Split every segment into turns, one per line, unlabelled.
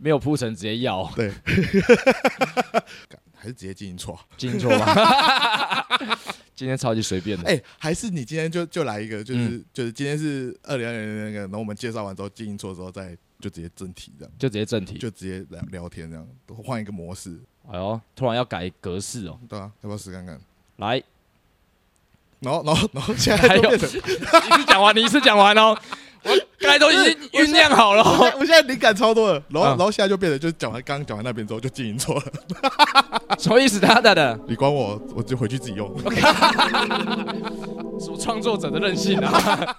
没有铺陈直接要
对，干还是直接进行错啊？
进错吧。 今天超级随便的，
哎、还是你今天就就来一个，就是、
嗯
就是今天是二零二零那个，然后我们介绍完之后进行错之后再就直接正题这样，
就直接正题。
就直接聊聊天这样，换一个模式，
哎呦，突然要改格式哦，
对啊，要不要试看看？
来，
然后然后 然后现在就变成，
一次讲完，你一次讲完哦。 我刚才都已经酝酿好了
我
哦
现在，我现在灵感超多了，然后、
嗯
然后现在就变成就是讲完刚刚讲完那边之后就进行错了，
什么意思？他的的，
你管我，我就回去自己用。
什么创作者的任性啊？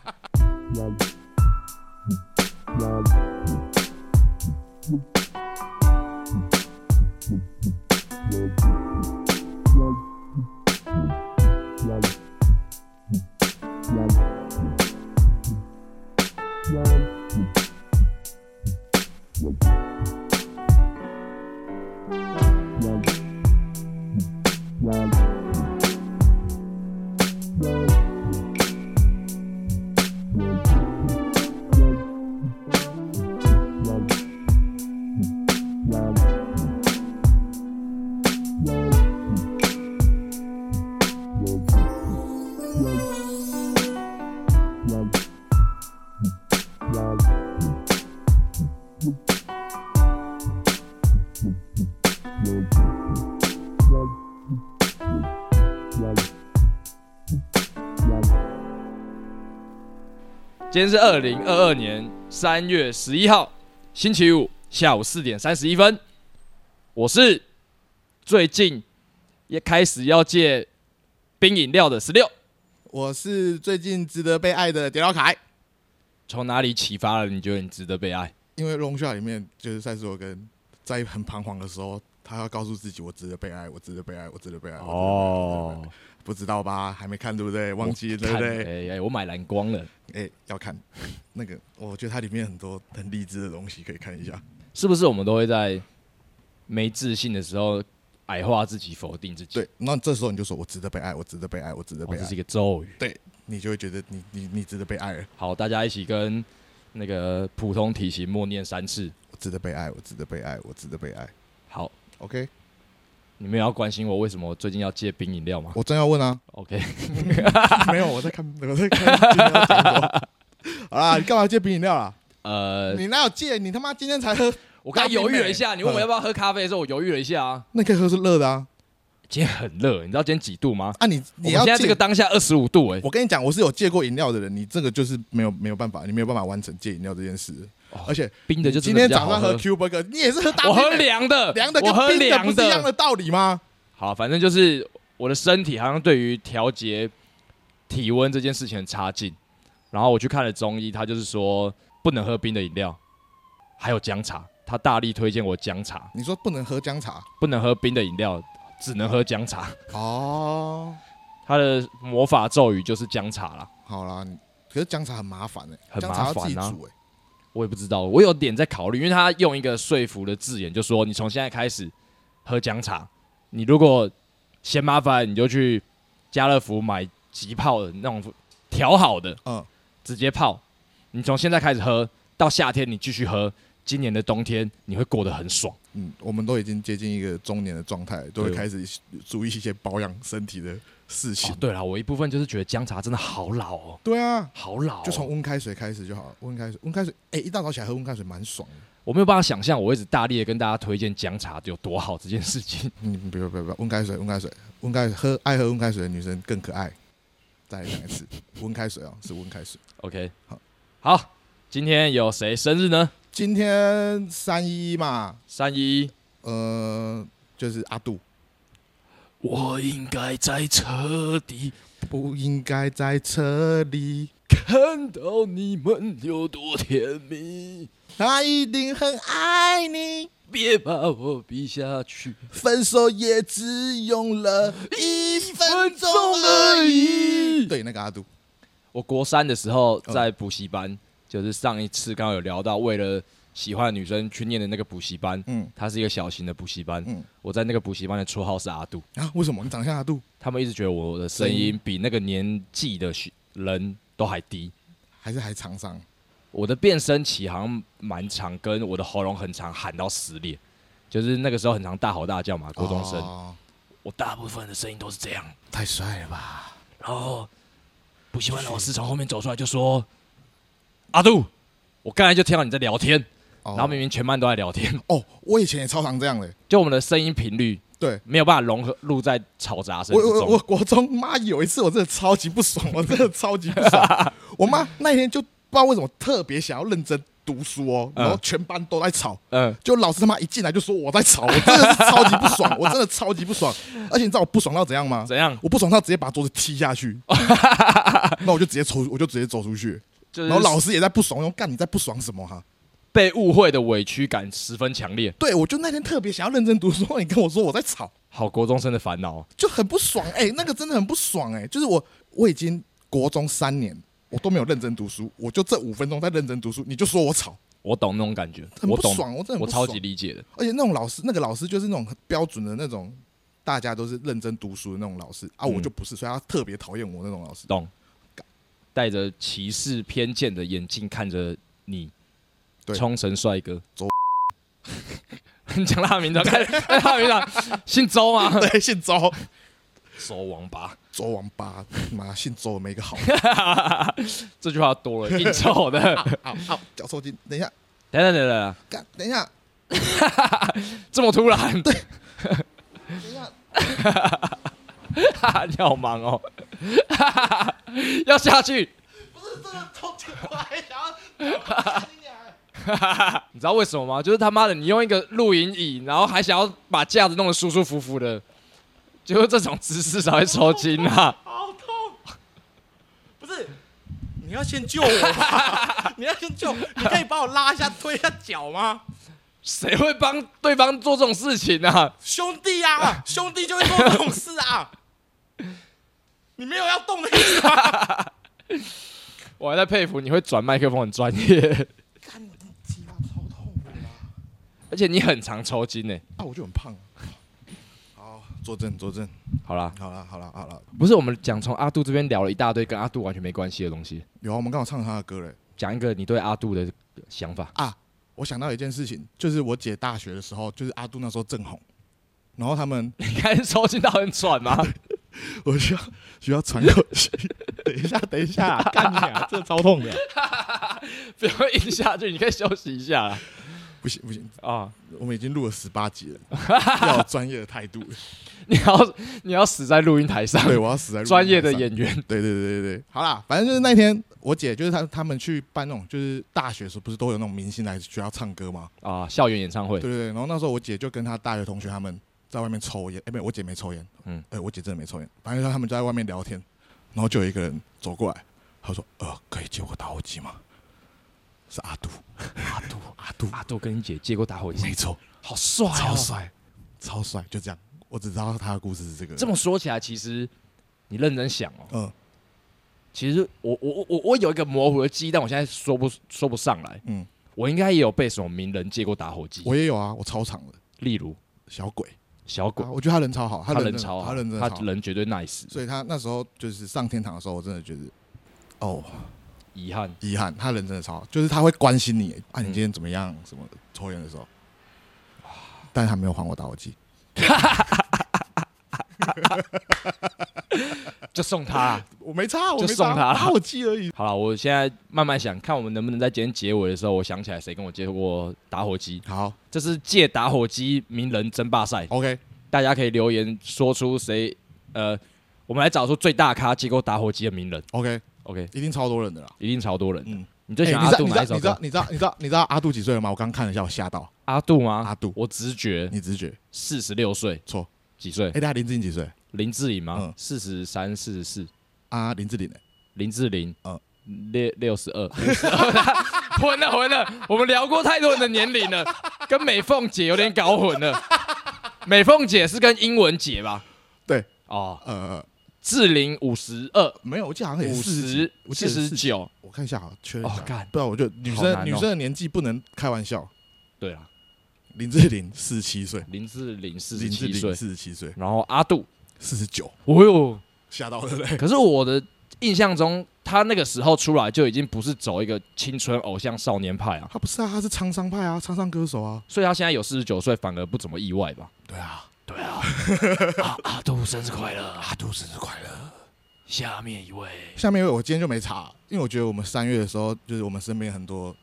今天是二零二二年三月十一号，星期五下午四点三十一分。我是最近也开始要戒冰饮料的十六。
我是最近值得被爱的点老凯。
从哪里启发了你觉得你值得被爱？
因为《龙虾》里面就是赛斯罗根在很彷徨的时候，他要告诉自己：“我值得被爱，我值得被爱，我值得被爱。”
哦
我值得被爱，不知道吧？还没看对不对？忘记对不
看
对？
哎哎，我买蓝光了，
哎、要看那个，我觉得它里面很多很励志的东西可以看一下。
是不是我们都会在没自信的时候矮化自己、否定自己？
对，那这时候你就说：“我值得被爱，我值得被爱，我值得
哦，
被
这
爱。
是一个咒语。
对你就会觉得你你你值得被爱了，
好，大家一起跟那个普通体型默念三次。
我值得被爱，我值得被爱，我值得被爱。
好，
OK，
你们有要关心我为什么最近要戒冰饮料吗
我正要 问啊，
？OK，
没有，我在看，我在看今天要讲什么。 好啦，你干嘛借冰饮料啦？
呃，
你哪有借？你他妈今天才喝，
我刚才犹豫了一下，你问我要不要喝咖啡的时候，我犹豫了一下啊。
那可以喝是热的啊。
今天很热，你知道今天几度吗？
啊你，
我
你
们
要
现
借
在这个，当下二十五度哎、
我跟你讲，我是有借过饮料的人，你这个就是没有没有办法，你没有办法完成戒饮料这件事。
哦
而且
冰的就真
今
的
天
比较
早
好
上喝
喝。
Q Burger，你也是喝大
我
冰
喝
的
凉的，
凉的，
我喝
跟冰的不
凉
是一样
的。
的道理吗？
好，反正就是我的身体好像对于调节体温这件事情很差劲。然后我去看了中医，他就是说不能喝冰的饮料，还有姜茶，他大力推荐我姜茶，
你说不能喝姜茶
不能喝冰的饮料，只能喝姜茶。
哦，
他的魔法咒语就是姜茶啦。
好啦，你可是姜茶很麻烦哎、
很
姜茶
麻
要
烦
自己
啊
煮哎、
我也不知道，我有点在考虑，因为他用一个说服的字眼，就说你从现在开始喝姜茶，你如果嫌麻烦，你就去家乐福买即泡的那种调好的，
嗯，
直接泡。你从现在开始喝，到夏天你继续喝，今年的冬天你会过得很爽。
嗯，我们都已经接近一个中年的状态，都会
对
开始注意一些保养身体的事情。
哦，对了，我一部分就是觉得姜茶真的好老哦，
对啊，
好老哦、
就从温开水开始就好了。温开水，温开水，哎、一大早起来喝温开水蛮爽的。
我没有办法想象，我一直大力的跟大家推荐姜茶有多好这件事情。
嗯，不要不要不要，温开水，温开水，温开水，喝爱喝温开水的女生更可爱。再来讲一次，温开水哦，是温开水。
OK，
好，
好，今天有谁生日呢？
今天三一嘛，
三一，
呃，就是阿杜
我应该在车底
不应该在车里，
看到你们有多甜蜜，
他一定很爱你，
别把我逼下去，
分手也只用了一分钟而已。对，那个阿杜，
我国三的时候在补习班，就是上一次刚刚有聊到，为了喜欢的女生去念的那个补习班，
嗯
它是一个小型的补习班。
嗯
我在那个补习班的绰号是阿杜，
啊，为什么你长得像阿杜？
他们一直觉得我的声音比那个年纪的学人都还低。
还是还长伤？
我的变声期好像蛮长，跟我的喉咙很长，喊到撕裂，就是那个时候很常大吼大叫嘛，高中生。
哦
我大部分的声音都是这样。哦
太帅了吧！
然后补习班老师从后面走出来就说：“阿杜，我刚才就听到你在聊天。”
哦
然后明明全班都在聊天，
哦，我以前也超常这样的。
就我们的声音频率
对，
没有办法融合录在嘈杂声
我
之
我我
中。
国中妈有一次我真的超级不爽，我真的超级不 爽。我妈那一天就不知道为什么特别想要认真读书哦，
嗯
然后全班都在吵，
嗯，
就老师他妈一进来就说我在吵，我真的是超级不 爽，我真的超级不爽。而且你知道我不爽到怎样吗？
怎样？
我不爽到直接把桌子踢 下去，那我就直接抽，我就直接走出去。
就是
然后老师也在不爽，我说干你在不爽什么哈、
被误会的委屈感十分强烈，
对，我就那天特别想要认真读书，你跟我说我在吵，
好国中生的烦恼。
就很不爽。哎、那个真的很不爽哎、就是我我已经国中三年，我都没有认真读书，我就这五分钟在认真读书，你就说我吵，
我懂那种感觉，
很
我
不
懂，
爽，我真的很
我
不爽
超级理解的。
而且那种老师，那个老师就是那种很标准的那种，大家都是认真读书的那种老师啊，
嗯
我就不是，所以他特别讨厌我那种老师。
懂，带着歧视偏见的眼镜看着你，
对
冲绳帅哥
周。
你讲他的名字，看看 他的名字，啊姓周吗？
对，姓周，
周王八，
周王八，妈姓周的没一个好。
这句话多了，硬凑的。
好好，脚抽筋，等一下，
等等等等，
干，等一下，
这么突然， 对，
等一下，
你好忙哦， 要下去。
不是这个抽筋，我还想要。
你知道为什么吗？就是他妈的，你用一个露营椅，然后还想要把架子弄得舒舒服服的，就是这种姿势才会抽筋 啊！
好痛！不是，你要先救我吧？你要先救，你可以把我拉一下、推一下脚吗？
谁会帮对方做这种事情啊？
兄弟啊，兄弟就会做这种事啊！你没有要动的意思啊！
我还在佩服你会转麦克风很专业，
干，你鸡巴超痛的
啊
啦！
而且你很常抽筋呢、欸
啊，我就很胖。好，坐正，坐正。
好啦，
好了，好了，好了。
不是我们讲从阿杜这边聊了一大堆跟阿杜完全没关系的东西，
有啊，我们刚好唱他的歌嘞。
讲一个你对阿杜的想法。
啊，我想到一件事情，就是我姐大学的时候，就是阿杜那时候正红，然后他们
你开始抽筋到很喘吗？
我需要需要喘口气， 等一下，等一下啊，干你啊，这超痛的，
不要硬下去，你可以休息一下啦
不行不行，
啊！
我们已经录了十八集了，要有专业的态度，
你要你要死在录音台上，
对我要死在录
专业的
音台上，
演员
对对对对对，好啦，反正就是那天我姐就是她他们去办那种就是大学的时候不是都有那种明星来学校唱歌吗？
啊，校园演唱会
对对对，然后那时候我姐就跟她大学同学他们在外面抽烟，哎、没有，我姐没抽烟，
嗯
嗯，哎、我姐真的没抽烟，反正他们就在外面聊天，然后就有一个人走过来，他说：“呃，可以借我打火机吗？”是阿杜，阿杜，阿杜，
阿杜啊跟你姐借过打火机
没，错，
好帅
超
哦！
帅，超帅，就这样。我只知道他的故事是这个，
这么说起来，其实你认真想哦，
嗯
其实我我我我我有一个模糊的记忆，但我现在说不说不上来。
嗯，
我应该也有被什么名人借过打火机，
我也有啊，我超长的
例如
小鬼，
小鬼
啊，，我觉得他人超好，
人
人
超
超
好，
他人真的
他
超好，
人绝对 nice。
所以他那时候就是上天堂的时候，我真的觉得，哦，
遗憾，
遗憾，他人真的超好，就是他会关心你，啊，你
嗯
今天怎么样？什么的抽烟的时候，但是他没有还我打火机，
就送他。
我没差，我
就
没
送他
差打火机而已。
好了，我现在慢慢想，看我们能不能在今天结尾的时候，我想起来谁跟我借过打火机。
好
这是借打火机名人争霸赛，
，OK，
大家可以留言说出谁呃我们来找出最大咖结构打火机的名人。
OK，
OK，
一定超多人的啦。
一定超多人的。
嗯
你最喜欢
哎
阿杜
你
哪一
知
首
道你知道
歌？
你知道你知道你知道阿杜几岁了吗？我刚看了一下，我吓到。
阿杜吗？
阿杜
我直觉
你直觉
四十六岁，
错。
几岁
哎、？大家林志颖几岁？
林志颖吗
嗯？
四十三、四十四。
啊，林志颖、欸，
林志玲，
嗯
六六十二， 混了混了，我们聊过太多人的年龄 了，跟美凤姐有点搞混了。美凤姐是跟英文姐吧？
对，
哦，
呃，
志玲五十二，
没有，我记得好像也
五
40
十
几，我记
四
得
十
是40，
九，
我看一下啊，确认一
哦
下。
干
不然我觉得女
好
生、
难哦
女生的年纪不能开玩笑。
对啦，
林志玲四十七岁，
林志玲四十
林志
七
玲
岁，
四十七岁，
然后阿杜，
四十九，
哦 哟，
吓到了嘞。
可是我的印象中，他那个时候出来就已经不是走一个青春偶像少年派啊，
他不是啊，他是沧桑派啊，沧桑歌手啊。
所以他现在有四十九岁，反而不怎么意外吧？
对啊，
对啊，阿阿杜生日快乐！
阿杜生日快乐。
下面一位
下面一位我今天就没查，因为我觉得我们三月的时候，就是我们身边很多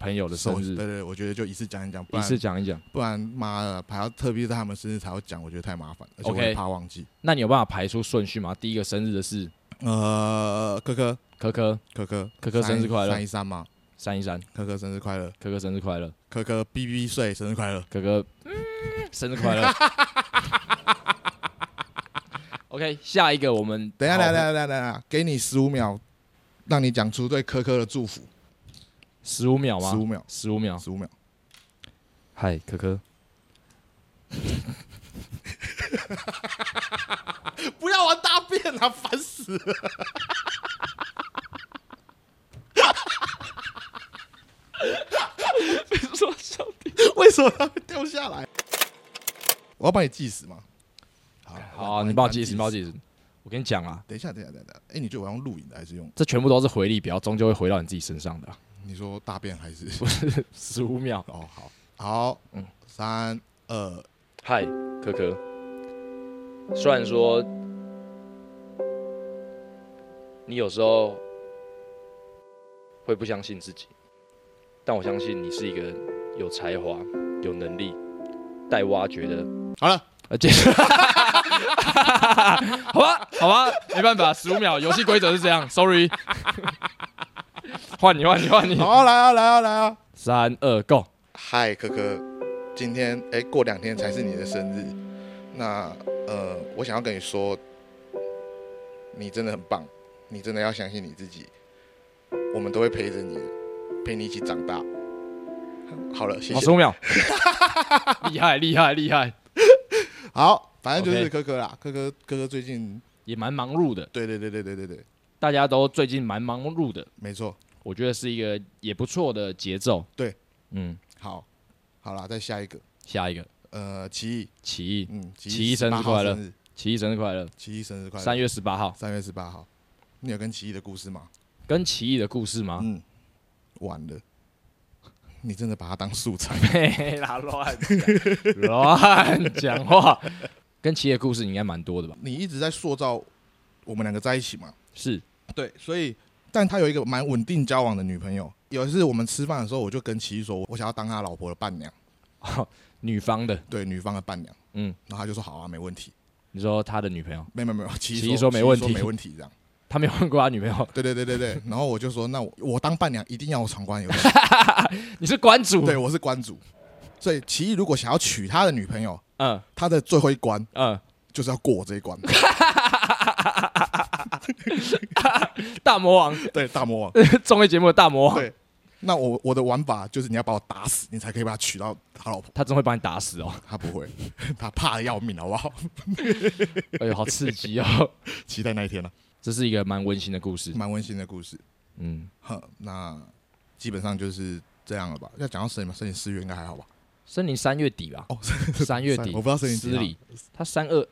朋友的生
手对
日，
对，对我觉得就一次讲一讲，不
一次
然
讲一讲。
不然妈的还要特别在他们生日才要讲，我觉得太麻烦，而且我
OK
也怕忘记。
那你有办法排出顺序吗？第一个生日的是
呃，科科
科科
科科
科科生日快乐
三一三嘛，
三一三，
科科生日快乐，
科科生日快乐，
科科 B B 岁生日快乐。
科科、嗯、生日 快乐。OK，下一个我们
等一下，
好
等一下，等一下，等一下，给你十五秒，让你讲出对科科的祝福。
十五秒吗？
十五秒，
十五秒。
十五秒。
嗨，科科，
不要玩大便啊，烦死了！
说笑
为什么它会掉下来？我要帮你计时吗？好，
好啊，你帮我记
计
时，你帮我。记时。我跟你讲啊，
等一下，等一下，等一下。哎，你觉得我要用录影的还是用？
这全部都是回力镖，终究会回到你自己身上的啊。
你说大便还是？
十五秒。
哦，好，好，
嗯
嗯，三二，
嗨，可可。虽然说你有时候会不相信自己，但我相信你是一个有才华、有能力、待挖掘的。
好了，
呃，结束。 好吧，好吧，没办法，十五秒，游戏规则是这样。Sorry，换你，换你，换你。
好，来啊，来啊，来啊！
三二，Go！
嗨，可可，今天哎、过两天才是你的生日，那呃，我想要跟你说，你真的很棒，你真的要相信你自己，我们都会陪着你，陪你一起长大。好了，谢
好，
谢。
十五秒。厉害，厉害，厉害，
好，反正就是
OK
可可啦，可可可可最近，
也蛮忙碌的。
对对对对对对对，
大家都最近蛮忙碌的，
没错。
我觉得是一个也不错的节奏。
对，
嗯，
好，好啦，再下一个，
下一个
呃，奇艺，
奇艺，
嗯，
奇艺
18
生日
号
快乐
生日，
奇艺生日快乐，
奇艺生日快乐，
三月十八号，
三月十八号，你有跟奇艺的故事吗？
跟奇艺的故事吗？
嗯，完了， 你真的把他当素材？
嘿啦，乱
嗯
讲乱讲话，跟奇艺的故事你应该蛮多的吧？
你一直在塑造我们两个在一起嘛？
是
对，所以，但他有一个蛮稳定交往的女朋友。有一次我们吃饭的时候，我就跟奇艺说，我想要当他老婆的伴娘，
女方的，
对，女方的伴娘。
嗯，
然后他就说好啊，没问题。
你说他的女朋友，
没有没有没有，奇
奇
艺
艺说没问题
奇艺说没问题这样。
他没有问过他女朋友，
对对对对对。然后我就说，那我我当伴娘一定要我闯 关游戏。
你是馆主，
对，我是关主。所以奇艺如果想要娶他的女朋友，
嗯
他的最后一关
嗯，
就是要过我这 一关。
大魔王，
对，大魔王。
综艺节目的大魔王，
对，那我我的玩法就是你要把我打死，你才可以把他娶到他老婆。
他真会把你打死哦，
他不会， 他怕的要命，好不好？
哎呦，好刺激哦，
期待那一天了、啊
这是一个蛮温馨的故事，
蛮温馨的故事。
嗯。
哼，那基本上就是这样了吧？要讲到森林吗？森林四月应该还好吧？
森林三月底吧，
哦，
三月底，
我不知道森林几
私
号，
礼，他三二，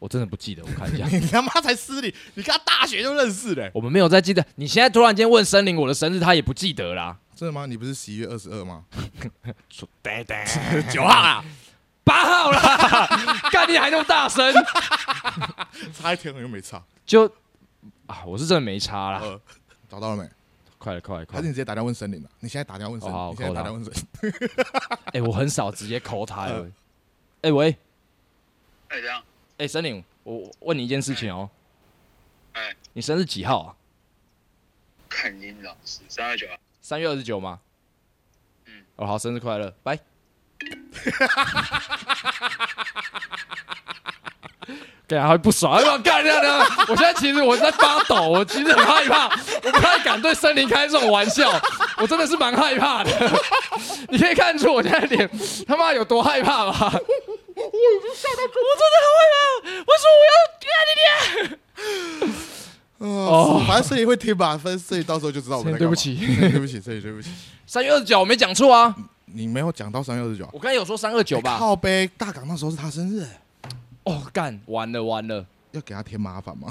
我真的不记得，我看一下
你他妈才私礼，你跟他大学就认识嘞、
我们没有再记得。你现在突然间问森林我的生日，他也不记得 啦。
真的吗？你不是十一月二十二吗？
九号啦，八号啦， 干你还那么大声，
差一天我又没差。
就啊，我是真的没差啦。
呃，找到了没？
快了，快了，快
还是
了！
你直接打电话问森林了、你现在打电话问森林，
哦好
你现在
扣他
打电话问森林。
哎，我很少直接 call 他
呃
了。哎喂，
哎，怎样？
哎、森林，我我问你一件事情哦，
哎，
你生日几号啊？
看音老师三二九啊，
三月二十九吗？
嗯，
哦，好，生日快乐，拜。 干还不爽，要不要干掉呢？我现在其实我在发抖，我其实很害怕，我不太敢对森林开这种玩笑，我真的是蛮害怕的。 你可以看出我现在脸他妈有多害怕吧？我已经吓到，我真的很害怕。我说我要干你脸。
哦，反正摄影会听吧，反正摄影到时候就知道我们在干嘛。
摄影对不起
摄影对不起，摄影对不起，
三月二十九，我没讲错啊，
你没有讲到三月二十九，啊哎
我刚才有说三二九吧？
靠背大港那时候是他生日，
哦，干，完了完了，
要给他添麻烦吗？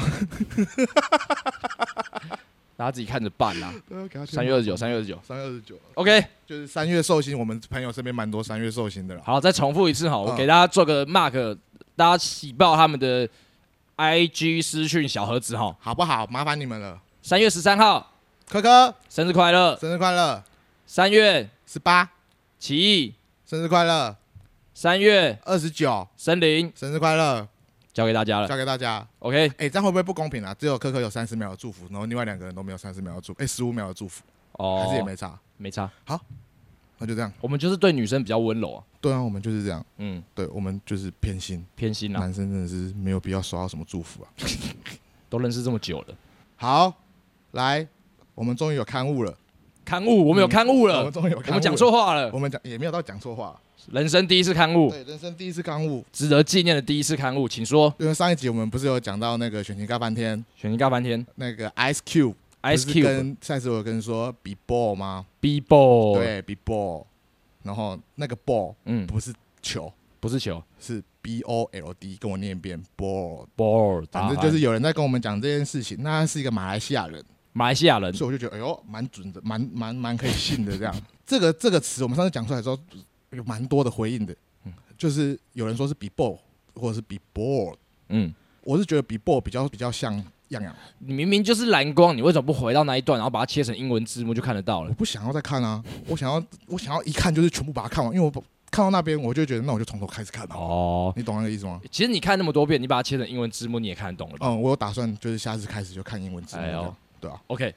大家自己看着办 啦。
对要给他添麻烦
三月二十九，三月二十九
三月二十九，啊
，OK。
就是三月寿星，我们朋友身边蛮多三月寿星的啦。
好，再重复一次哈，我
嗯
给大家做个 mark，大家喜报他们的 IG 私讯小盒子哈。
好不好？麻烦你们了，
三月十三号
科科
生日快乐，
生日快乐，
三月
十八
奇异，
生日快乐，
三月
二十九
森林，
生日快乐，
交给大家了。
交给大家。
OK，
哎、这样会不会不公平啊？只有科科有三十秒的祝福，然后另外两个人都没有三十秒的祝，哎、十五秒的祝福，
哦，
还是也没差。
没差，
那就这样，
我们就是对女生比较温柔啊，
对啊，我们就是这样，
嗯，
对我们就是偏心，
偏心啊啦，
男生真的是没有必要收到什么祝福啊。
都认识这么久了，
好，来，我们终于有刊物了，
刊物我们有刊物
嗯我
了
们，终于有刊物，
我们讲错，话哦了
我，们讲也没有到讲错话，
人生第一次刊物，
对，人生第一次刊物，
值得纪念的第一次刊物，请说。
因为上一集我们不是有讲到那个选情尬翻天，
选一大半天
那个 Ice Cube。
，Ice
不是
Cube、
跟赛斯有跟说 be ball 吗？
B Ball，，
对，be ball，然后那个 ball
嗯，
不是球，
不是球
是 b o l d，跟我念一遍 ball。
，Ball，
反正就是有人在跟我们讲这件事情，那他是一个马来西亚人，
马来西亚人，
所以我就觉得哎呦，蛮准的，蛮蛮蛮可以信的这样。 这个这个词我们上次讲出来之后，有蛮多的回应的，
嗯
就是有人说是 be ball 或者是 be ball，
嗯。
我是觉得 be ball 比较比较像样样，
你明明就是蓝光，你为什么不回到那一段，然后把它切成英文字幕就看得到
我
了？
不想要再看啊，我想要我想要一看就是全部把它看完，因为我不看到那边我就觉得那我就从头开始看好了，
哦，
你懂那个意思吗？
其实你看那么多遍，你把它切成英文字幕，你也看得懂了吧、
嗯，我有打算就是下次开始就看英文字幕
哎
这
呦
样，对啊。
o k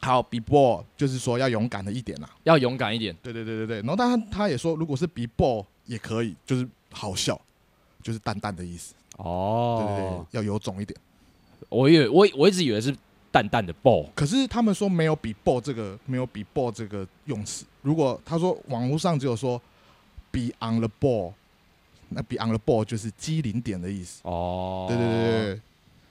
好，be ball 就是说要勇敢的一点啊啦、
要勇敢一点。
对对对对对，然后但他他也说，如果是 be ball 也可以，就是好笑，就是淡淡的意思。对对对
哦，，
要有种一点。
我以为我我一直以为是淡淡的 ball，
可是他们说没有 be ball 这个没有 be ball 这个用词，如果他说网络上只有说 be on the ball，那 be on the ball 就是机灵点的意思。
哦，
对对对对，对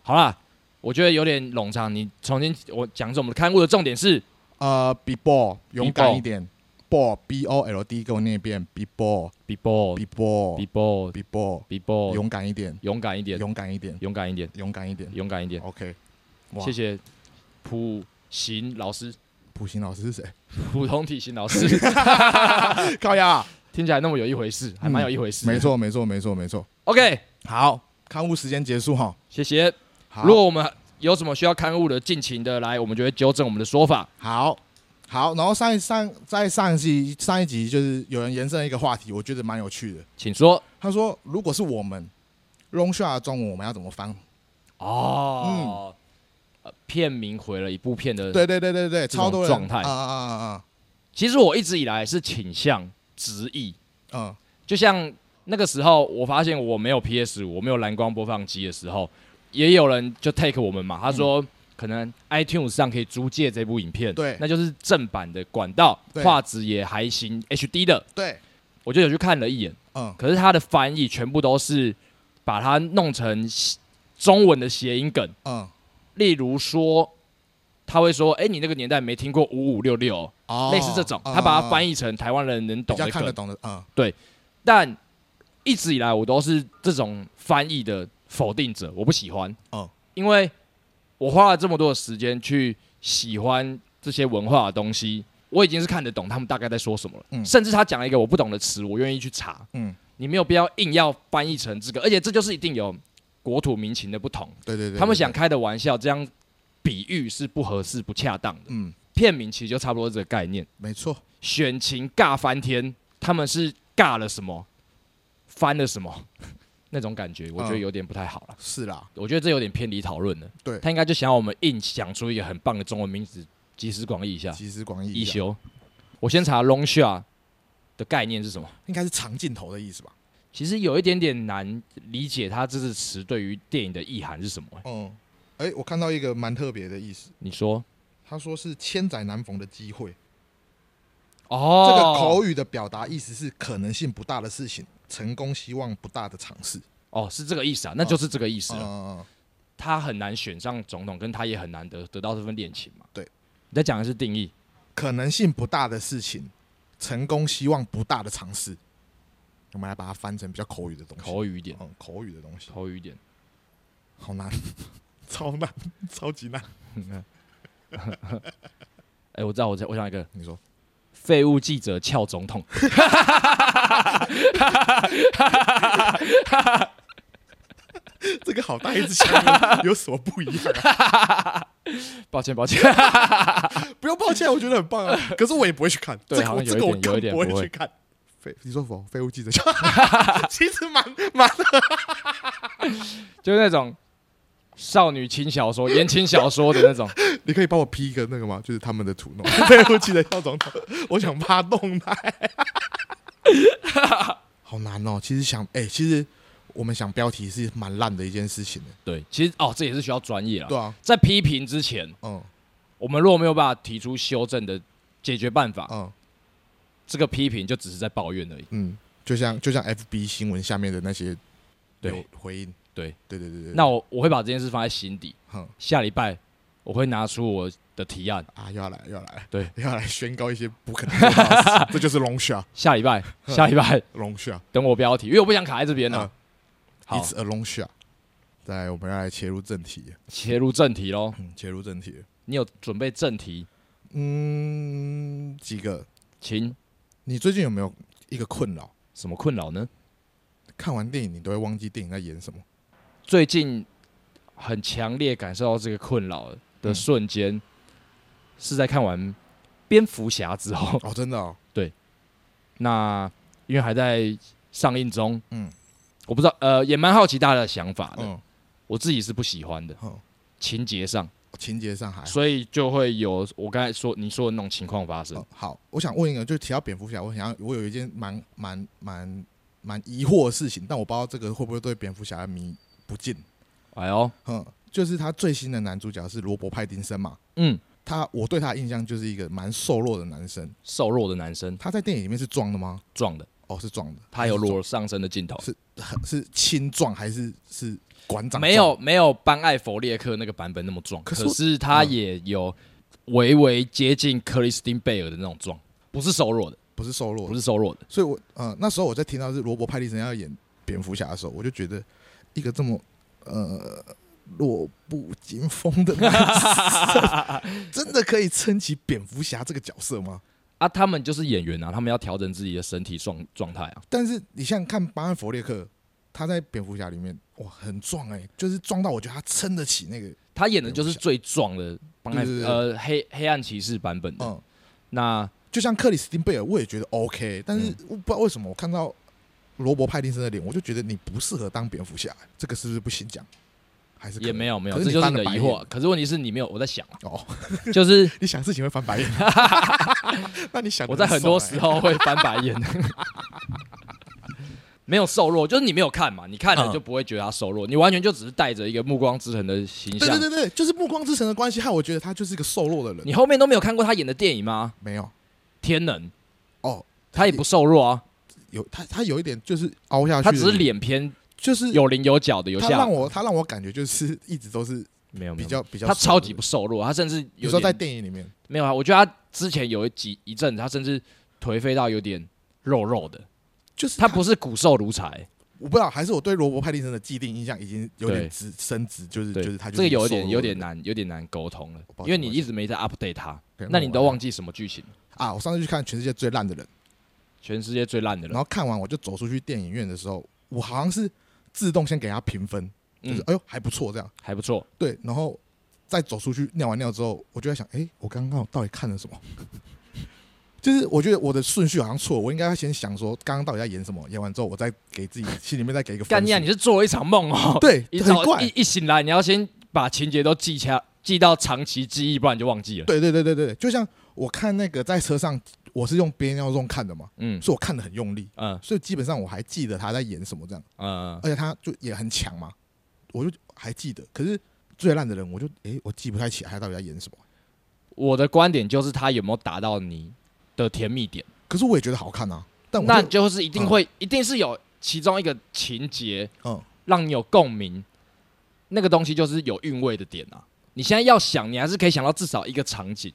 好啦，我觉得有点冗长，你重新我讲一次我们的刊物的重点是
呃，be ball 勇敢
ball
一点，ball b o l d 给我念一遍，be ball
be
be
ball be
ball
ball
be ball
be ball，
勇敢一点，
勇敢一点，
勇敢一点，
勇敢一点，
勇敢一点。
勇敢一点。
OK，哇
谢谢普行老师，
普行老师是谁？
普通体型老 师，
高压，
听起来那么有一回事，还蛮有一回事的。
嗯没错，没错，没错，没错。
OK，
好，刊物时间结束哈。
谢谢。
好
如果我们有什么需要刊物的，尽情的来，我们就会纠正我们的说法。
好好，然后上一上在上一集上一集就是有人延伸了一个话题，我觉得蛮有趣的。
请说。
他说，如果是我们 long shot 的中文，我们要怎么翻？
哦，呃片名毁了一部片的。，
对对对对对，
这种
超多人
状态
啊啊啊啊
其实我一直以来是倾向直译，
啊！嗯，
就像那个时候我发现我没有 PS 五，我没有蓝光播放机的时候，也有人就 take 我们嘛，他说。可能 iTunes 上可以租借这部影片，
嗯对
那就是正版的管道，
对
画质也还行，HD 的，
对，
我就有去看了一眼，
嗯
可是它的翻译全部都是把它弄成西中文的谐音梗，
嗯，
例如说，他会说：“哎、你那个年代没听过五五六六，
哦，
类似这种。”他把它翻
译
译成台湾人能
比
懂
较
的
看得
梗，
懂的，嗯
但一直以来我都是这种翻译的否定者，我不喜欢。
嗯
因为我花了这么多的时间去喜欢这些文化的东西，我已经是看得懂他们大概在说什么了。
嗯
甚至他讲了一个我不懂的词，我愿意去查。
嗯，
你没有必要硬要翻译成这个，而且这就是一定有国土民情的不同，
对对对，
他们想
对，
开的玩笑，这样比喻是不合适、不恰当的。
嗯，
片名其实就差不多这个概念，
没错，
选情尬翻天，他们是尬了什么，翻了什么， 那种感觉，我觉得有点不太好了。
是啦，
我觉得这有点偏离讨论了。
嗯对
他应该就想要我们硬想出一个很棒的中文名字，集思广益一下。
集思广益
啊一
一下，
休，我先查 long shot 的概念是什么？
应该是长镜头的意思吧？
其实有一点点难理解它这支词对于电影的意涵是什么、欸
嗯，哎，我看到一个蛮特别的意思，
你说？
他说是千载难逢的机会。
哦，
这个口语的表达意思是可能性不大的事情，成功希望不大的尝试。
哦是这个意思啊，那就是这个意思了。
嗯，
他很难选上总统，跟他也很难得得到这份恋情嘛。
对，
你在讲的是定义。
可能性不大的事情，成功希望不大的尝试。我们来把它翻成比较口语的东西。
口语一点，
嗯，口语的东西，
口语一点。
好难， 超难，超级难。
哎、我知道，我知道我想一个
你说，
废物记者撬总统，
这个好大一只虾，有什么不一样 啊？
抱歉抱歉，
不用抱歉，我觉得很棒啊。可是我也不会去看，
对
这个
好
我
像有
这个我
一点有一
更
点
不会
不会
去看。废，你说否？ 废物记者，其实蛮蛮
就是那种少女轻小说、言情小说的那种。
你可以帮我 P 一个那个吗？就是他们的图弄， 对不起的跳总统，我想把它弄来。 好难哦，其实想，哎、其实我们想标题是蛮烂的一件事情的。
对，其实哦，这也是需要专业啦。
对啊，
在批评之前，
嗯
我们如果没有办法提出修正的解决办法，
嗯
这个批评就只是在抱怨而已。
嗯，就像就像 FB 新闻下面的那些
对
有回应，
对
对对对对。
那我我会把这件事放在心底，
哼
下礼拜我会拿出我的提案，
啊，又要来又要来，
对，
又要来宣告一些不可能做到的 事，这就是龙虾
下礼拜下礼拜
龙虾，
等我标题，因为我不想卡在这边呢
嗯。
好
It's，a 龙虾。再来，我们要来切入正题，
切入正题喽。
嗯，切入正题，
你有准备正题？
嗯，几个
请
你最近有没有一个困扰？
什么困扰呢？
看完电影你都会忘记电影在演什么？
最近很强烈感受到这个困扰的
嗯
瞬间，是在看完《蝙蝠侠》之后。
哦，真的哦，
那因为还在上映中，
嗯
我不知道，呃，也蛮好奇大家的想法的。
嗯，
我自己是不喜欢的，
好，哦
情节上，
情节上还好。
所以就会有我刚才说你说的那种情况发生
嗯。好，我想问一个，就提到蝙蝠侠，我想要我有一件蛮蛮蛮蛮疑惑的事情，但我不知道这个会不会对蝙蝠侠的迷不敬。
哎呦，
嗯，就是他最新的男主角是罗伯·派丁森嘛，
嗯，
他我对他的印象就是一个蛮瘦弱的男生。
瘦弱的男生
他在电影里面是壮的吗？
撞的，
哦，是壮的。
他有裸上身的镜头，
是轻壮还是是馆长？
没有，没有班艾弗列克那个版本那么壮，
可
可
是嗯
是
我
他也有微微接近克里斯汀贝尔的那种壮，不是瘦弱的，
不是瘦弱的
不。是瘦弱的，
所以我呃那时候我在听到是罗伯·派蒂森要演蝙蝠侠的时候，我就觉得一个这么呃弱不禁风的男生，真的可以撑起蝙蝠侠这个角色吗？
啊，他们就是演员啊，他们要调整自己的身体状状态啊。
但是你像看巴恩·弗列克，他在蝙蝠侠里面哇很壮哎、就是壮到我觉得他撑得起那个
他演的就是最壮的帮艾
对对对
呃黑黑暗骑士版本的。
嗯，
那
就像克里斯汀贝尔，我也觉得 OK，但
嗯
是我不知道为什么我看到。罗伯·派丁森的脸，我就觉得你不适合当蝙蝠侠，这个是不是不行讲？还是可
也
能
没有没有，
可
这
是
就是
翻
你
了
的
白
疑
眼
惑。可是问题是你没有，我在想 啊，
哦。
就是
你想事情会 翻白眼，那你想得
我在很多
爽欸
时候会翻白 眼。没有瘦弱，就是你没有看嘛，你看了
嗯
就不会觉得他瘦弱，你完全就只是带着一个暮光之城的形
对
象。
对对对，就是《暮光之城》的关系，害我觉得他就是一个瘦弱的人。
你后面都没有看过他演的电影吗？
没有
天能，
哦，
他也不瘦弱啊，
有他，他有一点就是凹下去，
他只是，脸偏
就是
有棱有角的，有
他
下
让我他让我感觉就是 一直都是
没有没
比
有，
较比较瘦弱的，
他超级不瘦弱，他甚至有
有时候
点
在电影里面，
没有啊，我觉得他之前有一几一阵子，他甚至颓废到有点肉肉的，
就是
他不是骨瘦如柴，
我不知道，还是我对罗伯·派丁森的既定印象已经有点
对
直升值，就是
对，
就是他就
这
是
个
一
有
瘦
点
弱
有
的
点
人
难，有点难沟通了，
抱歉
因为你一直没在 update 他，
对
那你都
我
忘记什么剧情？
啊！我上次去看《全世界最烂的人》，
全世界最烂的
然
人，
后看完我就走出去电影院的时候，我好像是自动先给他评分，就是、
嗯，
哎呦还不错这样。
还不错，
对，然后 再走出去尿完尿之后，我就在想，哎、我刚刚到底看了什么？就是我觉得我的顺序好像错，我应该要先想说刚刚到底在演什么，演完之后我再给自己心里面再给一个分
干
数。
你啊！你是做了一场梦哦。
对
一
很
早
怪
一一醒来，你要先把情节都记下，记到长期记忆，不然你就忘记了。
对对对对对，就像我看那个在车上，我是用边要用看的嘛，
嗯
所以我看的很用力，
嗯
所以基本上我还记得他在演什么这样，
嗯，
而且他就也很强嘛，我就还记得。可是最烂的人，我就诶、我记不太起来他到底在演什么。
我的观点就是他有没有达到你的甜蜜点，
可是我也觉得好看啊，但我
那
就
就是一定会，一定是有其中一个情节
嗯
让你有共鸣，那个东西就是有韵味的点啊。你现在要想，你还是可以想到至少一个场景，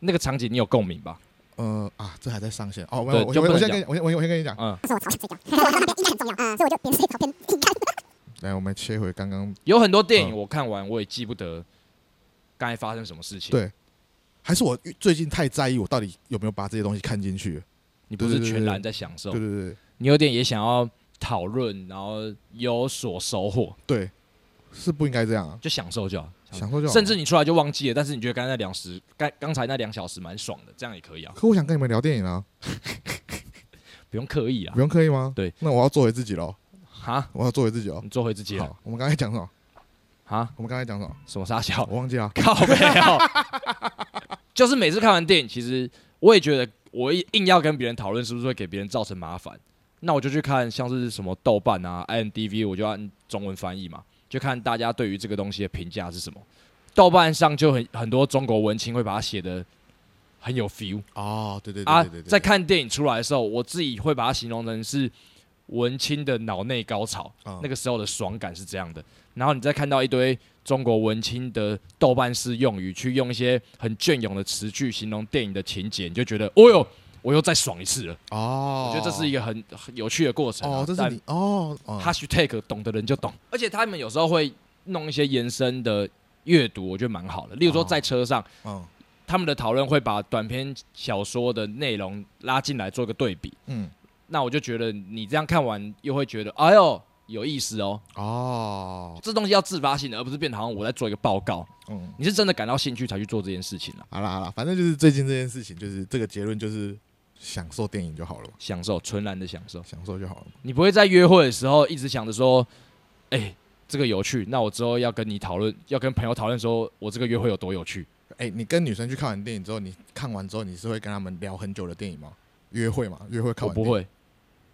那个场景你有共鸣吧？
呃啊，这还在上线哦，没
对
有，我
就不
我
能
我先跟你，我先我先我先跟你讲，
嗯，
来，我们切回刚刚，
有很多电影
嗯
我看完我也记不得刚才发生什么事情。
对还是我最近太在意我到底有没有把这些东西看进去了。
你不
对
是
对对
全然在享受
对，对对
你有点也想要讨论，然后有所收获，
对，是不应该这样啊，
就享受就好。
享受就好了。
甚至你出来就忘记了，但是你觉得刚才那两时，刚刚才那两小时蛮爽的，这样也可以啊，
可我想跟你们聊电影啊，
不用刻意啊
不。用刻意吗？
对，
那我要做回自己喽，
哈，
我要做回自己哦。
你做回自己了
好，我们刚才讲什么？
哈，
我们刚才讲什么？
什么傻笑？
我忘记了。
靠背哦， 就是每次看完电影，其实我也觉得我硬要跟别人讨论，是不是会给别人造成麻烦？那我就去看像是什么豆瓣啊、IMDV，我就按中文翻译嘛，就看大家对于这个东西的评价是什么。豆瓣上就很很多中国文青会把它写的很有 feel
哦，对对
啊，在看电影出来的时候，我自己会把它形容成是文青的脑内高潮。那
那
个时候的爽感是这样的。然后你再看到一堆中国文青的豆瓣式用语，去用一些很隽永的词句形容电影的情节，你就觉得，哦哟，我又再爽一次了。
哦，
我觉得这是一
个
个很很有趣的过程啊、
哦，这是
但
你哦，哦
hashtag 懂的人就懂，而且他们有时候会弄一些延伸的阅读，我觉得蛮好的。例如说
哦
在车上，
嗯
他们的讨论会把短篇小说的内容拉进来做个对比。
嗯
那我就觉得你这样看完，又会觉得，哎呦，有意思哦。
嗯哦
这东西要自发性的，而不是变得好像我在做一个报告。
嗯，
你是真的感到兴趣才去做这件事情啊，
好啦好啦，反正就是最近这件事情，就是这个结论就是享受电影就好了嘛，
享受纯然的享受。
享受就好了嘛。
你不会在约会的时候一直想着说，哎、这个有趣，那我之后要跟你讨论，要跟朋友讨论说我这个约会有多有趣。
哎，你跟女生去看完电影之后，你看完之后你是会跟他们聊很久的电影吗？约会嘛，约会看
我
完
不
电影，
会，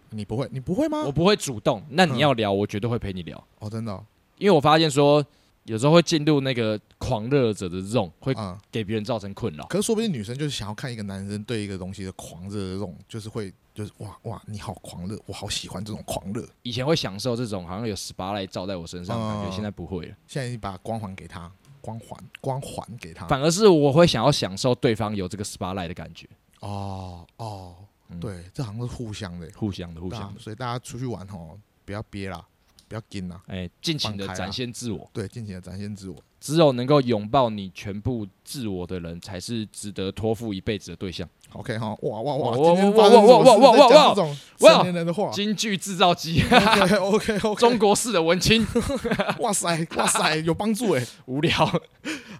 你不会，你不会吗
我？不会主动。那你要聊，我绝对会陪你聊，
哦，真的哦，
因为我发现说有时候会进入那个狂热者的 zone，会
嗯，
给别人造成困扰。
可是说不定女生就是想要看一个男生对一个东西的狂热的这种，就是会就是哇哇你好狂热，我好喜欢这种狂热。
以前会享受这种好像有 SPA 来照在我身上的感觉，
嗯
现在不会了，
现在你把光环给他，光环光环给他。
反而是我会想要享受对方有这个 SPA 来的感觉，
哦哦，
嗯
对，这好像是互相的，
互相的，互
对啊
相的。
所以大家出去玩哦，不要憋啦，不要紧啦，
哎，尽情的
放开啊
展现自我。
对，尽情的展现自我。
只有能够拥抱你全部自我的人，才是值得托付一辈子的对象。
OK 哈，哇哇
哇
哇，
哇
今天
哇
发生
哇
什么
哇哇哇
事在讲
哇
这种
哇
成年人的话
京剧制造机，
，OK OK OK，
中国式的文青，
哇塞哇塞，有帮助哎。
无聊。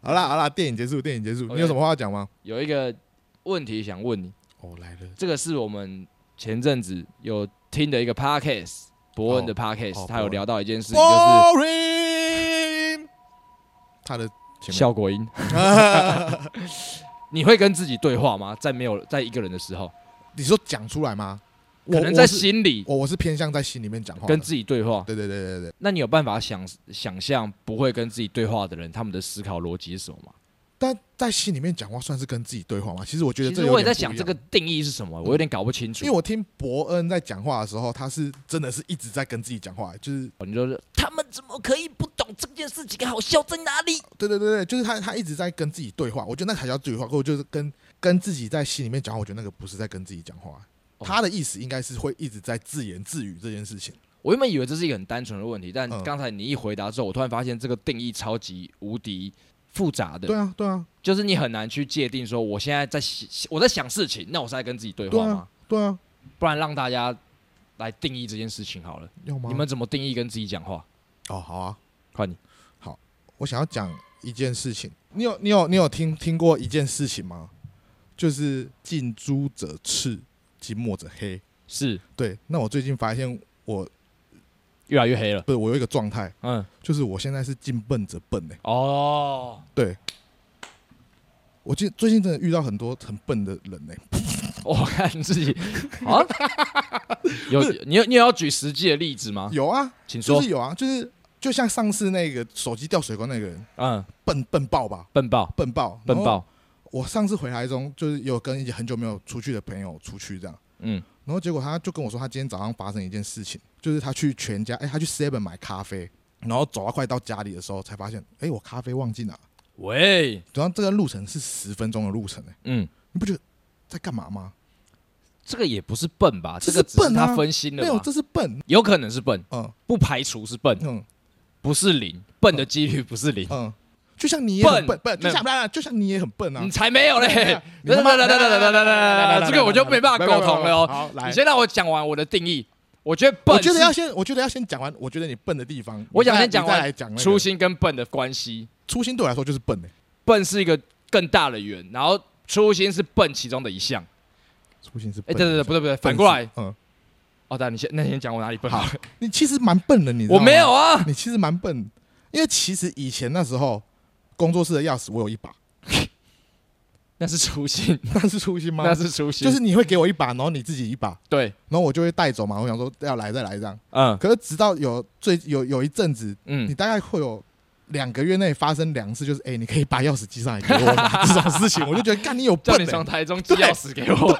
好啦好啦，电影结束，电影结束，
OK
你有什么话要讲吗？
有一个问题想问你，
哦，来了，
这个是我们前阵子有听的一个 podcast，伯恩的
哦
podcast，
哦
他有
伯恩
聊到一件事情，就
Boring，他的
是
前面
效果 音。你会跟自己对话吗？在没有在一个人的时候，
你说讲出来吗？我
可能在
我是
心里
我我是偏向在心里面讲话的，
跟自己对话。
对对对对对，
那你有办法想想象不会跟自己对话的人，他们的思考逻辑是什么吗？
但在心里面讲话算是跟自己对话吗？其实我觉得
其
这
实
有
我也
点
在
不一
想这
样嗯
个，定义是什么，我有点搞不清楚。
因为我听伯恩在讲话的时候，他是真的是一直在跟自己讲话，就是
你就是他们怎么可以不懂这件事情好笑在哪里？
对对对对，就是他他一直在跟自己对话，我觉得那才叫对话，我就是跟跟自己在心里面讲话，我觉得那个不是在跟自己讲话。
哦
他的意思应该是会一直在自言自语这件事情，
我原本以为这是一个很单纯的问题，但
嗯
刚才你一回答之后，我突然发现这个定义超级无敌复杂的，
对啊，对啊，
就是你很难去界定说我现在在想我在想事情，那我是在跟自己对
对
话吗
啊？，对啊，
不然让大家来定义这件事情好了。
要吗？
你们怎么定义跟自己讲话？
哦，好啊，
快你
我想要讲一件事情，你有你有你有听听过一件事情吗？就是近朱者赤，近墨者黑。
是
对，那我最近发现我
越来越黑了。
不是我有一个状态，
嗯，
就是我现在是近笨者笨哎、
哦，
对，我近最近真的遇到很多很笨的人哎、
我看你自己啊，有你有你有要举实际的例子吗？
有啊，
请说
就是。有啊，就是就像上次那个手机掉水沟那个人，
嗯，
笨笨爆吧，
笨爆，
笨爆，
笨。爆。
我上次回台中，就是有跟一些很久没有出去的朋友出去这样，
嗯，
然后结果他就跟我说，他今天早上发生一件事情，就是他去全家，哎、他去 Seven 买咖啡，然后走到快到家里的时候，才发现，哎、我咖啡忘记拿。
喂，
然后这个路程是十分钟的路程、哎，
嗯，
你不觉得在干嘛吗？
这个也不是笨吧？
这
这
是
个只是
笨啊
他分心
没
了
有，
吧？
这是笨，
有可能是笨，
嗯
不排除是笨，
嗯
不是零，笨的几率不是零。
嗯，就像你也很笨
笨
笨，就像就像你也很笨啊
你。才没有嘞！
你他
来
妈
来来来来来来来来，这个我就没办法沟通了哦。
好，来
你，先让我讲完我的定义。我觉得笨，
我觉得要先，我觉得要先讲完，我觉得你笨的地方，
我想
你再
先讲
你再
完
来讲那个
粗，心跟笨的关系。
粗心对我来说就是笨哎，
笨是一个更大的圆，然后粗心是笨其中的一项。
粗心是
哎，
笨。
对对对，不对不对，反过来。
嗯，
哦，对，你先那你先讲我哪里笨好了。
你其实蛮笨的，你知道
我
吗
没有啊，
你其实蛮笨，因为其实以前那时候工作室的钥匙我有一把，
那是粗心，
那是粗心吗？
那是粗心，
就是你会给我一把，然后你自己一把，
对，
然后我就会带走嘛。我想说要来再来这样，
嗯
可是直到有最有有一阵子，你
嗯，
大概会有。两个月内发生两次，就是哎、你可以把钥匙寄上来给我吗 这种事情，我就觉得干你有
叫
笨、
你从
欸。
台中寄钥匙给我。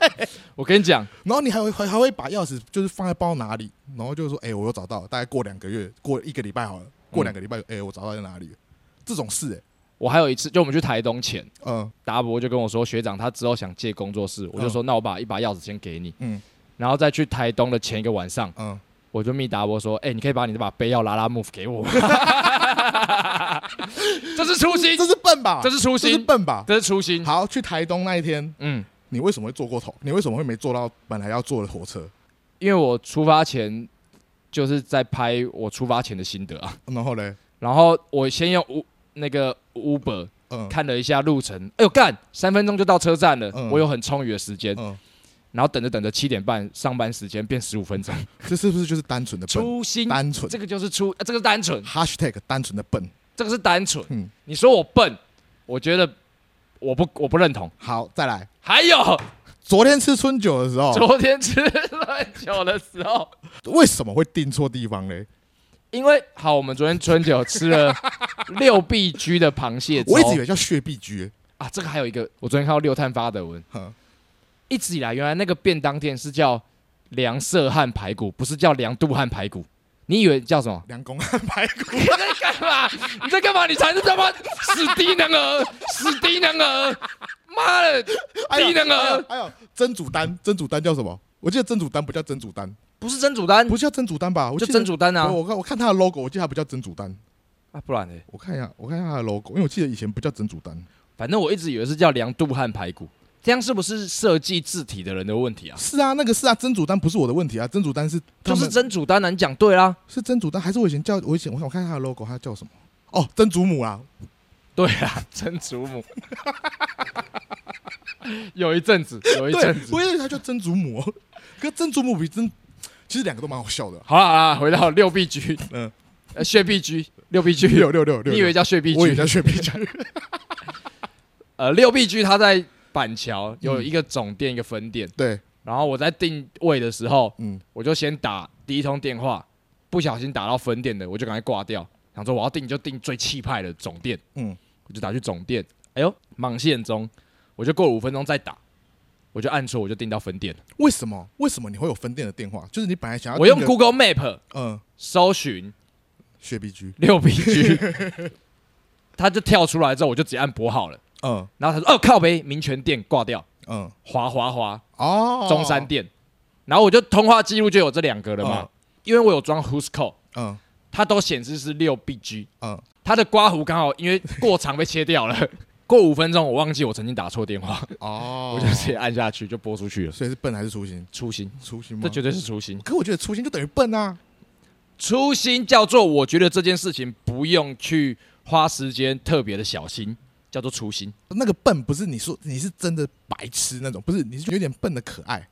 我跟你讲，
然后你还会还还会把钥匙就是放在包哪里，然后就说哎、我又找到了，大概过两个月，过一个礼拜好
嗯
了，过两个礼拜，哎、我找到在哪里了，这种事哎、
我还有一次，就我们去台东前，
嗯
达博就跟我说，学长他之后想借工作室，我就说那我把一把钥匙先给你，
嗯
然后再去台东的前一个晚上，
嗯，
我就密达博说，哎，你可以把你这把杯要拉拉 move 给 我吗，这是粗心
这，是笨吧？
这是粗
这是
心，
笨吧？
这是粗心，
好，去台东那一天，
嗯，
你为什么会坐过头？你为什么会没坐到本来要坐的火车？
因为我出发前就是在拍我出发前的心得啊，
然后嘞，
然后我先用五那个 Uber
嗯，
看了一下路程，哎呦干，三分钟就到车站了，
嗯
我有很充裕的时间，
嗯，
然后等着等着七点半上班时间变十五分钟，
这是不是就是单纯的笨？
粗心，
单纯
这个就是粗，呃这个是单纯，
，#hashtag 单纯的笨。
这个是单纯。
嗯
你说我笨，我觉得我不我不认同。
好，再来，
还有、
昨天吃春酒的时候，
昨天吃乱酒的时候，
为什么会订错地方嘞？
因为好，我们昨天春酒吃 了六必居的螃蟹粥，
我一直以为叫血碧居，
啊，这个还有一个，我昨天看到六探发的文，
哼
一直以来原来那个便当店是叫梁色汉排骨，不是叫梁杜汉排骨。你以为叫什么？
梁公汉排 骨。
你在干嘛？ 你在干嘛？你才是他妈 死低能儿，死低能儿！妈的，
哎
低能儿！
还有真祖丹，真祖丹叫什么？我记得真祖丹不叫真祖丹，
不是真主丹，
不是叫真祖丹吧？我
嗯就
记得
真主丹啊
我我看我看他的 logo，我记得他不叫真祖丹。
啊，不然呢？
我看一下，我看一下他的 logo，因为我记得以前不叫真祖丹，
反正我一直以为是叫梁杜汉排骨，这样是不是设计字体的人的问题啊？
是啊，那个是啊，真主丹不是我的问题啊，真主丹是他
就
们
是真主丹，你讲对 啦，
是真主丹，还是我以前叫我以前我看我看他的 logo，他叫什么？哦，真祖母啊，
对啦，真祖母。 有一阵子，有一
对
阵，子
我。以为他叫真祖母， 可是真祖母比真，其实两个都蛮好笑的。
好啦好啦，回到六 B 居，
嗯
嗯，呃，血 B 居，六 B 居，
六六六六，
你以为叫血 B
我以为叫
居？
雪碧 居？
呃，六 B 居它在板桥
嗯
有一个总店，一个分店。
对，
然后我在定位的时候，
嗯，
我就先打第一通电话，不小心打到分店的，我就赶快挂掉，想说我要订就订最气派的总店，
嗯
嗯，我就打去总店，哎呦，忙线中，我就过了五分钟再打，我就按错，我就订到分店了。
为什么？为什么你会有分店的电话？就是你本来想要
我用
啊订个
Google Map
嗯
搜寻
雪碧居，
六 B G，它就跳出来之后，我就直接按拨号了。
嗯
然后他说：“哦，靠北民权店挂掉，
嗯
滑滑滑，
哦，
中山店。然后我就通话记录就有这两个了嘛，
嗯
因为我有装 Who's Call，
嗯
它都显示是六 BG。
嗯
它的刮胡刚好因为过长被切掉了， 过五分钟我忘记我曾经打错电话，
哦，
我就直接按下去就拨出去了。
所以是笨还是粗心？
粗心，
粗心吗？
这绝对是粗心。
可我觉得粗心就等于笨啊。
粗心叫做我觉得这件事情不用去花时间特别的小心，叫做初心。
那个笨不是你说你是真的白痴那种，不是，你是有点笨的可爱。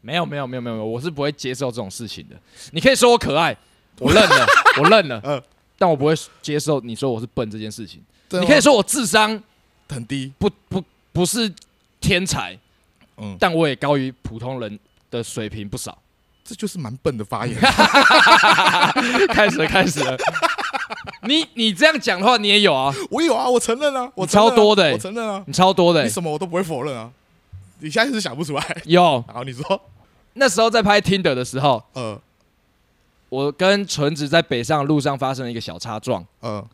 没有没有没有没有，没有我是不会接受这种事情的。你可以说我可 爱，我认了，我认了，
嗯啊
但我不会接受你说我是笨这件事情。
真的
你
吗
可以说我智商
很低，
不不不是天才，
嗯
但我也高于普通人的水平不少。
这就是蛮笨的 发言。
开始了，开始了。你你这样讲的话，你也有啊，
我有啊，我承认啊，我
你超
承认啊
多的欸
我承认啊，
你超多的
你
欸、
什么我都不会否认啊。你现在是想不出来，
有
然后你说，
那时候在拍 Tinder 的时候，
呃
我跟纯子在北上的路上发生了一个小擦撞
呃，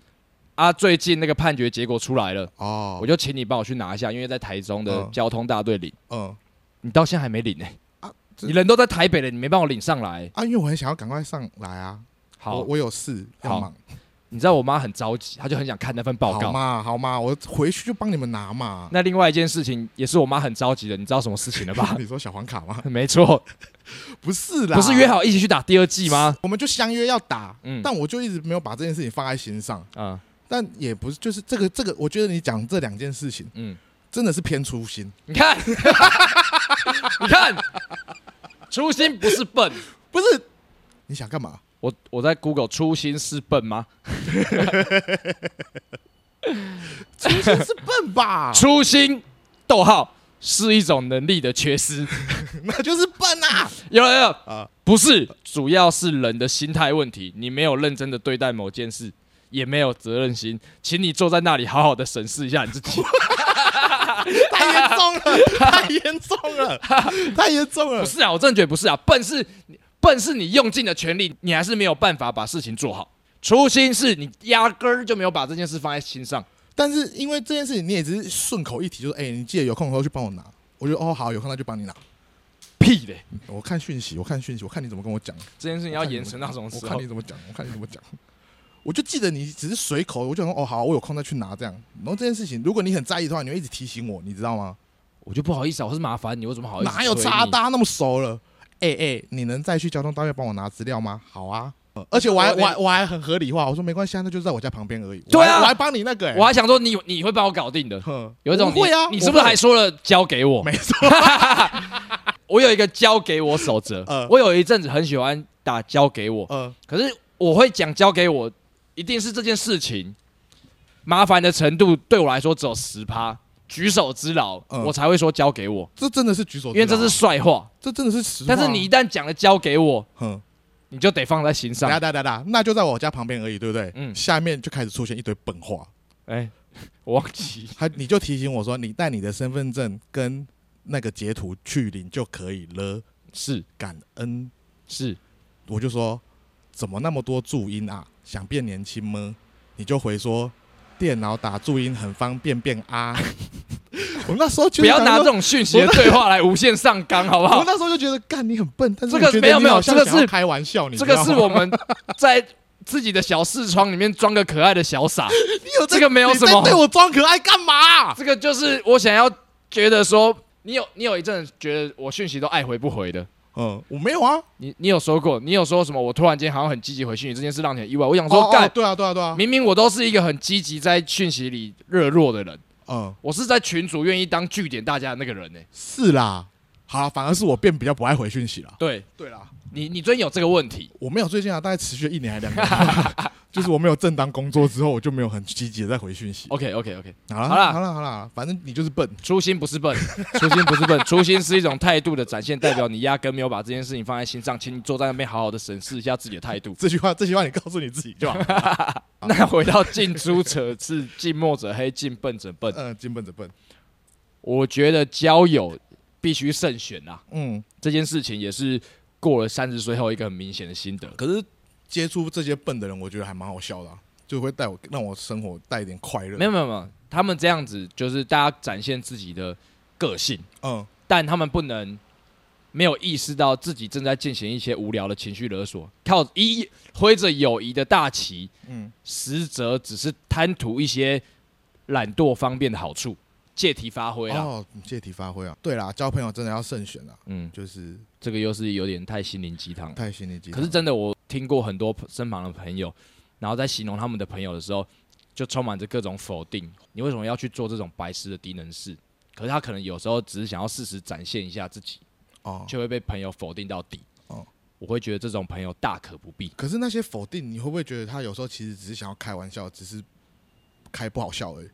啊。最近那个判决结果出来了，
哦，
我就请你帮我去拿一下，因为在台中的
嗯
交通大队领，
嗯
你到现在还没领呢、
啊这
你人都在台北了，你没帮我领上来。
啊，因为我很想要赶快上来啊，我
好，
我有事要
好
忙，
你知道我妈很着急，她就很想看那份报
好
告。
嘛好嘛，我回去就帮你们拿嘛。？
那另外一件事情也是我妈很着急的，你知道什么事情了吧
你说小黄卡吗？
没错，
不是啦，
不是约好一起去打第二季吗？
我们就相约要打，
嗯
但我就一直没有把这件事情放在心上。
嗯
但也不是，就是这个这个，我觉得你讲这两件事情
嗯，
真的是偏粗心，
你看， 你看，初心不是笨。
不是？你想干嘛？
我我在 Google 初心是笨吗？
粗心是 笨吧
初心，逗号是一种能力的缺 失。
那就是笨啊！
有了有了
啊
不是，主要是人的心态问题。你没有认真的对待某件事，也没有责任心，请你坐在那里好好的审视一下你自 己。
太严重了，太严重了，太严重了
不。是啊，我真的觉得不是啊，笨是笨是你用尽了全力，你还是没有办法把事情做好。初心是你压根儿就没有把这件事放在心上，
但是因为这件事情，你也只是顺口一提，就是哎、你记得有空的时候去帮我拿。我觉得哦，好，有空那就帮你拿。
屁嘞！
我看讯息，我看讯息，我看你怎么跟我讲。
这件事情要延伸到什么时
我
候
看你？怎么讲，我看你怎么讲。我就记得你只是随口，我就想说哦好，我有空再去拿这样。然后这件事情，如果你很在意的话，你会一直提醒我，你知道吗？
我就不好意思啊，我是麻烦你，我怎么好意思？
哪有差？大家那么熟了？哎、哎、你能再去交通单位帮我拿资料吗？好啊，
哦
呃而且我还我还我还很合理化，我说没关系啊，那就在我家旁边而已。
对啊
我还我还帮你那个、欸，
我还想说你你会帮我搞定的，
哼
有一种
我会啊，
你你
我
是不是
会
还说了交给我？
没错？
我有一个交给我守则，
呃
我有一阵子很喜欢打交给我，
呃，
可是我会讲交给我，一定是这件事情麻烦的程度对我来说只有十趴，举手之劳，
嗯
我才会说交给我，
这真的是举手之劳，啊
因为这是帅话。
这真的是实话啊。
但是你一旦讲了交给我，
哼，
你就得放在心上
哒。哒哒哒，那就在我家旁边而已，对不对？
嗯
下面就开始出现一堆笨话，
哎，我忘记
他你就提醒我说，你带你的身份证跟那个截图去领就可以了，
是
感恩。
是，
我就说，怎么那么多注音啊？想变年轻吗？你就回说，电脑打注音很方便，变 啊。我那时候就
不
是
要拿
想
这
说，
种讯息的对话来无限上纲，好不
我
好？
那时候就觉得，干你很笨，但是
这个
我觉得
没有
你
没有
好像
这个
想要
是
开玩笑，你
这
知
个
道
是
吗
我们在自己的小视窗里面装个可爱的小傻，
你有在
这个没有
你在
什么
对我装可爱干嘛、
这个就是我想要觉得说，你有你有一阵子觉得我讯息都爱回不回的。
嗯，我没有啊。
你你有说过，你有说什么？我突然间好像很积极回讯息，这件事让你很意外。我想
哦
说，
哦
干、
对啊，对啊，对啊。
明明我都是一个很积极在讯息里热络的人，
嗯，
我是在群主愿意当据点大家的那个人欸呢、
是啦。好啦，反而是我变比较不爱回讯息啦。
对
对啦，
你，你最近有这个问题，
我没有最近啊，大概持续了一年还两年， 就是我没有正当工作之后，我就没有很积极的在回讯息。
OK OK OK，
好啦，
哦好啦
好啦，好啦，反正你就是笨。
初心不是 笨，初心不是笨，初心是一种态度的展现，代表你压根没有把这件事情放在心上，请你坐在那边好好的审视一下自己的态度。
这句话，这句话你告诉你自己就好了。
那回到近朱者赤，近墨者黑，近笨者笨。
嗯，金笨者笨。
我觉得交友必须慎选啊，
嗯，
这件事情也是过了三十岁后一个很明显的心得。
可是接触这些笨的人，我觉得还蛮好笑的啊、就会带我让我生活带一点快乐。
没有没有没有，他们这样子就是大家展现自己的个性，
嗯，
但他们不能没有意识到自己正在进行一些无聊的情绪勒索，靠一挥着友谊的大旗，
嗯
嗯，实则只是贪图一些懒惰方便的好处，借题发挥啦。
哦，借题发挥啊。对啦，交朋友真的要慎选啊，
嗯，
就是
这个又是有点太心灵鸡汤了。
太心理鸡汤
可是真的，我听过很多身旁的朋友，然后在形容他们的朋友的时候，就充满着各种否定。你为什么要去做这种白痴的低能事？可是他可能有时候只是想要适时展现一下自己，
哦，
却会被朋友否定到底。
哦
我会觉得这种朋友大可不必。
可是那些否定，你会不会觉得他有时候其实只是想要开玩笑，只是开不好笑而已？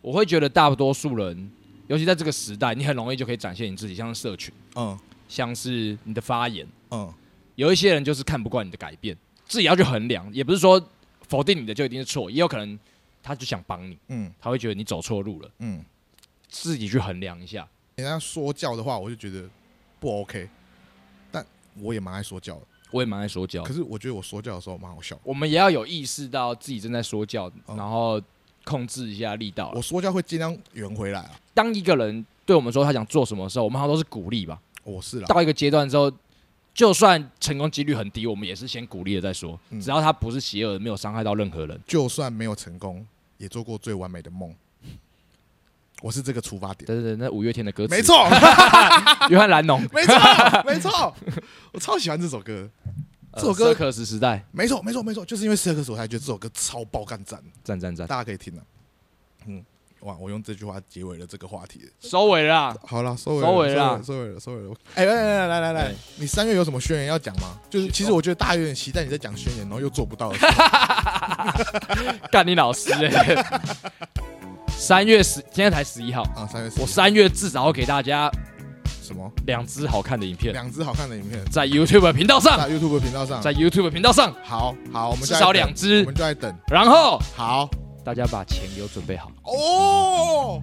我会觉得大多数人，尤其在这个时代，你很容易就可以展现你自己，像是社群，
嗯
像是你的发言。
嗯
有一些人就是看不惯你的改变，自己要去衡量，也不是说否定你的就一定是错，也有可能他就想帮你，
嗯
他会觉得你走错路了，
嗯，
自己去衡量一下。
人家说教的话，我就觉得不 OK，但我也蛮爱说教的。
我也蛮爱说教
可，是我觉得我说教的时候蛮好笑的，
我们也要有意识到自己正在说教，
嗯
然后控制一下力道啦
我。说教会尽量圆回来啊。
当一个人对我们说他想做什么的时候，我们好像都是鼓励吧。
我是啦，
到一个阶段之后，就算成功几率很低，我们也是先鼓励了再说。
嗯
只要他不是邪恶的，没有伤害到任何人，
就算没有成功，也做过最完美的梦。我是这个出发点，
对对对，那五月天的歌词，
没，错，
约翰兰农，
没错，没错，我超喜欢这首歌。
呃
这首歌
可时时代，
没错，没错，没错，就是因为《刺客》我才觉得这首歌超爆干赞，
赞赞赞，
大家可以听啊。嗯，哇，我用这句话结尾了这个话题。
收尾了啊啦。
好了，收尾
收尾
了
啦，
收尾了，收尾了。哎，哦来来来来来
哎，
你三月有什么宣言要讲吗？就是其实我觉得大家有点期待你在讲宣言，然后又做不到 的事。
干你老师欸 三月十，今天才十一号，
啊，三月
我三月至少要给大家
什么？
两支好看的影片，
两支好看的影片
在 YouTube 频道上，
在 YouTube 频道上。
在 YouTube 频道上，
好好，我们
至
就在
少
等
两支
我们就在等。
然后
好
大家把钱给我准备好。
哦。